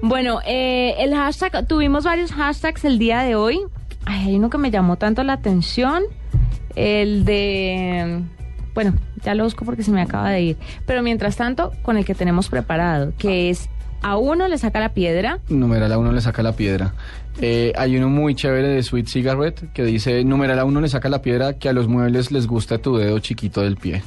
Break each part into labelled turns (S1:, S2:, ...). S1: Bueno, eh, el hashtag, tuvimos varios hashtags el día de hoy. Ay, hay uno que me llamó tanto la atención, el de... Bueno, ya lo busco porque se me acaba de ir. Pero mientras tanto, con el que tenemos preparado,
S2: Ah.
S1: que es a uno le saca la piedra.
S2: Numeral a uno le saca la piedra. Eh, hay uno muy chévere de Sweet Cigarette que dice, numeral a uno le saca la piedra que a los muebles les gusta tu dedo chiquito del pie.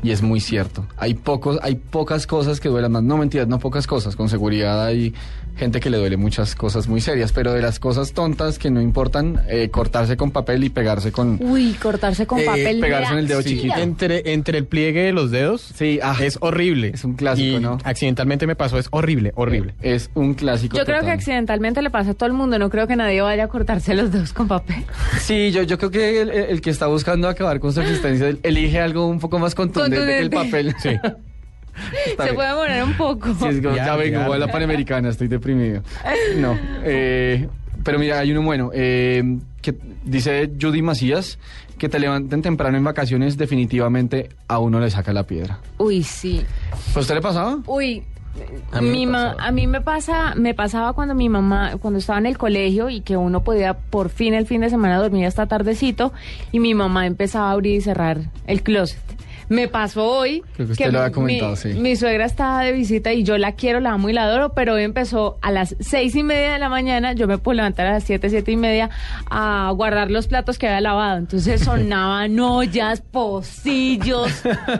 S2: Y es muy cierto. Hay pocos, hay pocas cosas que duelen más. No mentiras, no pocas cosas. Con seguridad hay gente que le duele muchas cosas muy serias. Pero de las cosas tontas que no importan, eh, cortarse con papel y pegarse con.
S1: Uy, cortarse con
S2: Eh,
S1: papel.
S2: pegarse en el dedo
S1: mira.
S2: chiquito.
S3: Entre, entre el pliegue de los dedos
S2: Sí, ah,
S3: es horrible.
S2: Es un clásico,
S3: Y
S2: ¿no?
S3: Accidentalmente me pasó, es horrible, horrible.
S2: Es un clásico.
S1: Yo creo que
S2: total.
S1: accidentalmente le pasa a todo el mundo. No creo que nadie vaya a cortarse los dedos con papel.
S2: Sí, yo, yo creo que el, el que está buscando acabar con su existencia el- elige algo un poco más contundente, que el papel.
S1: Contundente.
S3: Sí.
S2: Está
S1: Se
S2: bien.
S1: puede morir un poco.
S2: Sí, es como, ya,
S3: Ya,
S2: vengo,
S3: ya.
S2: voy a la Panamericana, estoy deprimido. No. eh, pero mira, hay uno bueno. eh, que dice Judy Macías que te levanten temprano en vacaciones, definitivamente a uno le saca la piedra.
S1: Uy, sí.
S2: ¿A usted le pasaba?
S1: Uy,
S3: A mí
S1: mi
S3: me
S1: ma-
S3: pasaba.
S1: a mí me pasa, me pasaba cuando mi mamá, cuando estaba en el colegio y que uno podía por fin el fin de semana dormir hasta tardecito y mi mamá empezaba a abrir y cerrar el closet. Me pasó hoy
S2: Creo que usted lo había comentado,
S1: mi,
S2: sí.
S1: mi suegra estaba de visita y yo la quiero, la amo y la adoro, pero hoy empezó a las seis y media de la mañana, yo me puedo levantar a las siete, siete y media a guardar los platos que había lavado. Entonces sonaban ollas, pocillos,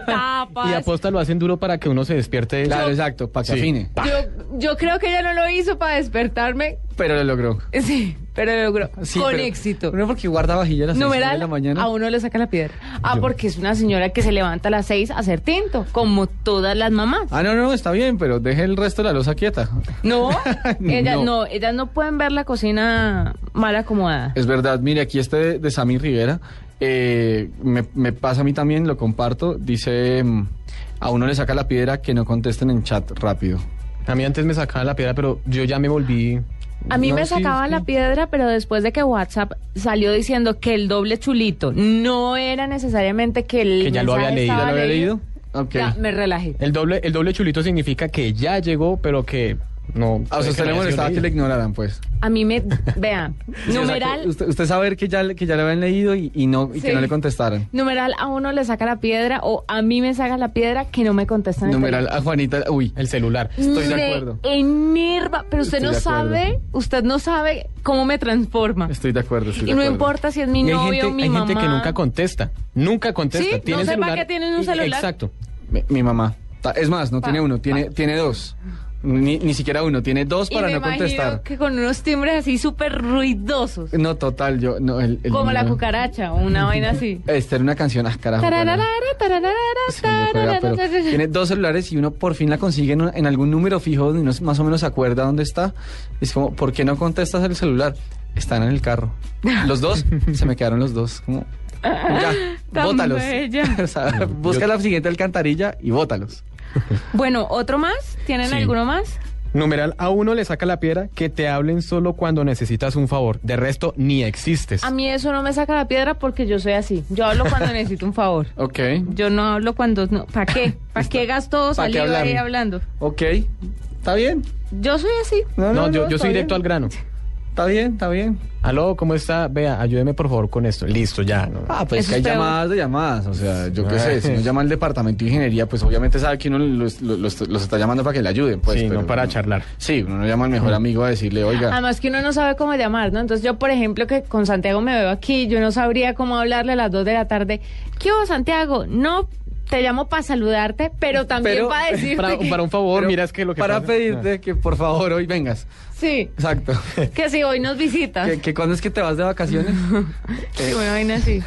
S1: tapas.
S3: Y aposta lo hacen duro para que uno se despierte.
S2: Claro, exacto, para que
S3: Sí.
S2: afine.
S1: Yo, yo creo que ella no lo hizo para despertarme.
S2: Pero lo logró.
S1: Sí, pero lo logró.
S2: Sí,
S1: con
S2: pero-
S1: éxito.
S2: No, porque guarda vajilla a las seis y media
S1: Numeral,
S2: de la mañana.
S1: a uno le saca la piedra. Ah,
S2: Yo-
S1: porque es una señora que se levanta a las seis a hacer tinto, como todas las mamás.
S2: Ah, no, no, está bien, pero deje el resto de la losa quieta.
S1: No, ellas
S2: No.
S1: no. ellas no pueden ver la cocina mal acomodada.
S2: Es verdad, mire, aquí este de, de Sammy Rivera, eh, me, me pasa a mí también, lo comparto, dice, mm, a uno le saca la piedra que no contesten en chat rápido.
S3: A mí antes me sacaban la piedra, pero yo ya me volví.
S1: A mí
S3: No,
S1: me
S3: sí,
S1: sacaban
S3: sí.
S1: la piedra, pero después de que WhatsApp salió diciendo que el doble chulito no era necesariamente que el
S3: Que ya lo había
S1: mensaje
S3: leído.
S1: estaba
S2: ¿Ya lo había leído?
S1: leído.
S2: Ok.
S1: Ya, me relajé.
S3: El doble, el doble chulito significa que ya llegó, pero que no.
S2: Ah, o sea,
S3: que
S2: usted
S3: no
S2: le
S3: haya
S2: molestaba
S3: sido
S2: que le
S3: leído.
S2: ignoraran, pues.
S1: A mí me, vea,
S2: Sí, o sea,
S1: numeral,
S2: que usted, usted saber que ya, que ya lo habían leído y, y no, y que
S1: Sí.
S2: no le contestaran.
S1: Numeral a uno le saca la piedra o a mí me saca la piedra que no me contestan. el
S2: Numeral a Juanita, uy,
S3: El celular.
S1: teléfono.
S2: estoy de
S1: Me
S2: acuerdo.
S1: enerva, pero usted
S2: Estoy
S1: no
S2: de acuerdo.
S1: sabe, usted no sabe cómo me transforma.
S2: estoy de acuerdo. estoy de
S1: y no
S2: acuerdo.
S1: importa si es mi
S3: Y hay
S1: novio
S3: gente,
S1: o mi
S3: hay
S1: mamá.
S3: gente que nunca contesta. Nunca contesta.
S1: Sí,
S3: Tienen
S1: no sé para
S3: celular
S1: qué tienen un
S3: y-
S1: celular.
S3: Exacto.
S2: Mi, mi mamá. Ta- Es más, no
S1: Pa-
S2: tiene uno, tiene,
S1: pa-
S2: tiene dos. Ni, ni siquiera uno, tiene dos
S1: Y
S2: para
S1: me
S2: no
S1: imagino
S2: contestar.
S1: que con unos timbres así súper ruidosos,
S2: No, total, yo... No, el, el
S1: como la
S2: mío-
S1: cucaracha o una vaina así.
S2: Esta era una canción, ah, carajo.
S1: Tararara,
S2: bueno.
S1: tararara,
S2: Sí, no juega, pero
S1: tararara.
S2: tiene dos celulares y uno por fin la consigue en, un- en algún número fijo donde uno más o menos se acuerda dónde está. Es como, ¿por qué no contestas el celular? Están en el carro. Los dos, se me quedaron los dos. Como, ya,
S1: Ah, Tan
S2: bótalos.
S1: bella.
S2: O sea, busca la siguiente alcantarilla y bótalos.
S1: Bueno, ¿otro más? ¿Tienen
S3: Sí.
S1: alguno más?
S3: Numeral a uno le saca la piedra que te hablen solo cuando necesitas un favor. De resto, ni existes.
S1: A mí eso no me saca la piedra porque yo soy así. Yo hablo cuando necesito un favor.
S2: Ok,
S1: Yo no hablo cuando... No, ¿Para qué? ¿Para qué gasto
S2: ¿Para qué
S1: saliva
S2: hablar?
S1: ahí hablando?
S2: ok. Está bien.
S1: Yo soy así.
S3: No, yo, yo
S2: está
S3: soy
S2: bien.
S3: directo al grano.
S2: Está bien, está bien.
S3: Aló, ¿cómo está? Vea, ayúdeme por favor con esto. Listo, ya. no.
S2: Ah, pues
S1: Eso
S2: que hay
S1: es peor.
S2: llamadas de llamadas, o sea, yo qué
S3: Ah.
S2: sé, si uno llama al departamento de ingeniería, pues obviamente sabe que uno los, los- los- los está llamando para que le ayuden, pues.
S3: Sí, no
S2: pero
S3: para charlar.
S2: Sí, uno no llama al mejor amigo a decirle, oiga,
S1: Además que uno Ah, no sabe cómo llamar, ¿no? Entonces yo, por ejemplo, que con Santiago me veo aquí, yo no sabría cómo hablarle a las 2 de la tarde. ¿Qué hubo, Santiago? No, te llamo para saludarte, pero también
S2: Pero-
S1: para decirte
S3: Para,
S1: que-
S3: para un favor,
S2: Pero
S3: mira, es que lo que
S2: Para
S3: pasa-
S2: pedirte que por favor hoy vengas.
S1: Sí,
S2: Exacto.
S1: que si hoy nos visitas.
S2: ¿Que, que cuándo es que te vas de vacaciones? eh?
S1: Sí, una vaina así.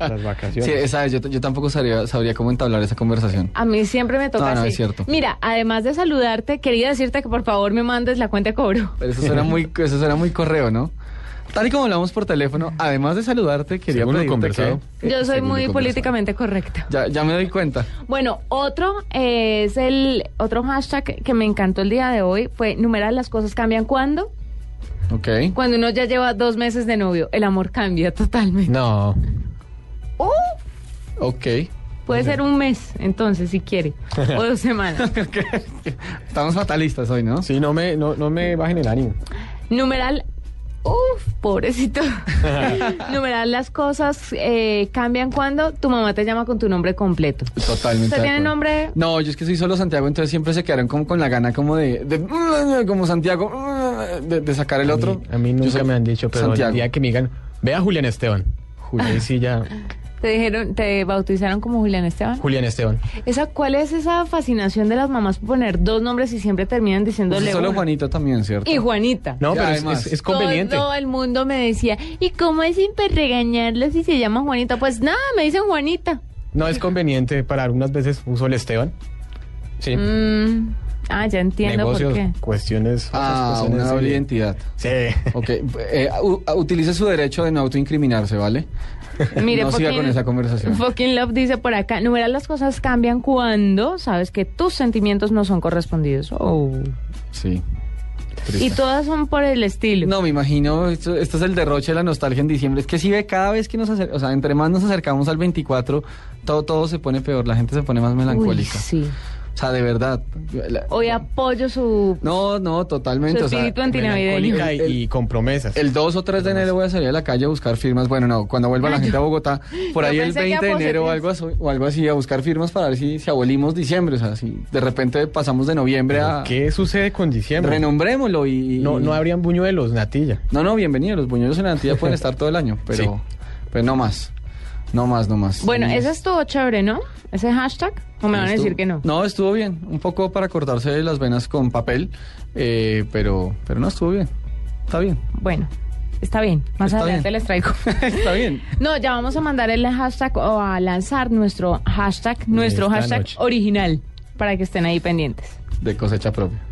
S3: Las vacaciones.
S2: Sí, sabes, yo, t- yo tampoco sabría, sabría cómo entablar esa conversación.
S1: A mí siempre me toca
S2: Ah, No, no,
S1: así.
S2: es cierto.
S1: Mira, además de saludarte, quería decirte que por favor me mandes la cuenta de cobro.
S2: Pero eso suena muy, eso suena muy correo, ¿no? Tal y como hablamos por teléfono, además de saludarte, quería
S3: Según lo
S2: pedirte
S3: conversado.
S2: que- Eh,
S1: Yo soy
S2: Según lo
S1: muy
S2: conversado.
S1: políticamente correcta.
S2: Ya, ya me doy cuenta.
S1: Bueno, otro eh, es el otro hashtag que me encantó el día de hoy fue numeral las cosas cambian cuando
S2: Ok.
S1: cuando uno ya lleva dos meses de novio el amor cambia totalmente.
S3: No.
S1: ¡Uh!
S2: Ok.
S1: puede ser un mes entonces si quiere o dos semanas.
S2: Estamos fatalistas hoy, ¿no?
S3: Sí, no me, no, no me bajen el ánimo.
S1: Numeral. Uf, pobrecito. Numeral, las cosas eh, cambian cuando tu mamá te llama con tu nombre completo.
S2: Totalmente.
S1: ¿Usted
S2: de
S1: tiene
S2: acuerdo.
S1: nombre?
S2: No, yo es que soy solo Santiago, entonces siempre se quedaron como con la gana como de, de- como Santiago de, de sacar el otro.
S3: A mí
S2: Yo
S3: nunca
S2: soy
S3: me han dicho, pero
S2: Santiago.
S3: el día que me digan, ve a Julián Esteban. Julián, sí, ya.
S1: Te dijeron, te bautizaron como Julián Esteban.
S3: Julián Esteban.
S1: Esa, ¿cuál es esa fascinación de las mamás por poner dos nombres y siempre terminan diciéndole
S2: Usted Pues solo
S1: uno?
S2: Juanito también, ¿cierto?
S1: y Juanita?
S3: No,
S2: Ya,
S3: pero es,
S2: además.
S3: es- es conveniente.
S1: Todo el mundo me decía, ¿y cómo es imper regañarla si se llama Juanita? Pues nada, me dicen Juanita.
S3: No, es conveniente. Para algunas veces uso el Esteban. Sí.
S1: Mm, ah, ya entiendo
S3: Negocios,
S1: por qué.
S3: cuestiones.
S2: Ah,
S3: otras
S2: una
S3: cuestiones
S2: doble
S3: de-
S2: identidad.
S3: Sí.
S2: Ok, eh, u- utilice su derecho de no autoincriminarse, ¿vale?
S1: Mire,
S2: no siga
S1: fucking-
S2: con esa conversación.
S1: Fucking Love dice por acá, numeral las cosas cambian cuando sabes que tus sentimientos no son correspondidos. Oh.
S2: Sí.
S1: Y
S2: Triste.
S1: todas son por el estilo.
S2: No, me imagino, esto, esto es el derroche de la nostalgia en diciembre. Es que si ve cada vez que nos acercamos, o sea, entre más nos acercamos al 24, todo, todo se pone peor, la gente se pone más
S1: Uy,
S2: melancólica.
S1: sí.
S2: O sea, de verdad. La-
S1: Hoy apoyo su...
S2: No, no, totalmente.
S1: Su
S2: o sea,
S1: espíritu antinavideño.
S3: Melancólica y, y con promesas.
S2: El 2 o 3 de enero voy a salir a la calle a buscar firmas. Bueno, no, cuando vuelva la gente a Bogotá, por
S1: yo
S2: ahí el
S1: pensé que a
S2: 20 de enero o algo,
S1: Posetis.
S2: así, o algo así, a buscar firmas para ver si, si abolimos diciembre. O sea, si de repente pasamos de noviembre
S3: Pero,
S2: a...
S3: ¿Qué sucede con diciembre?
S2: Renombrémoslo y... y-
S3: No, no habrían buñuelos, natilla.
S2: No, no, bienvenido. Los buñuelos en la Antilla pueden estar todo el año, pero,
S3: Sí.
S2: pero no más. No más, no más.
S1: Bueno, ese estuvo chévere, ¿no? Ese hashtag. ¿O me van a
S2: Estuvo-
S1: decir que no?
S2: No, estuvo bien. Un poco para cortarse las venas con papel, eh, pero, pero no, estuvo bien. Está bien.
S1: Bueno, está bien. Más
S2: Está
S1: adelante
S2: bien.
S1: les traigo.
S2: Está bien.
S1: No, ya vamos a mandar el hashtag o a lanzar nuestro hashtag, nuestro
S3: Esta
S1: hashtag
S3: noche.
S1: original, para que estén ahí pendientes.
S2: De cosecha propia.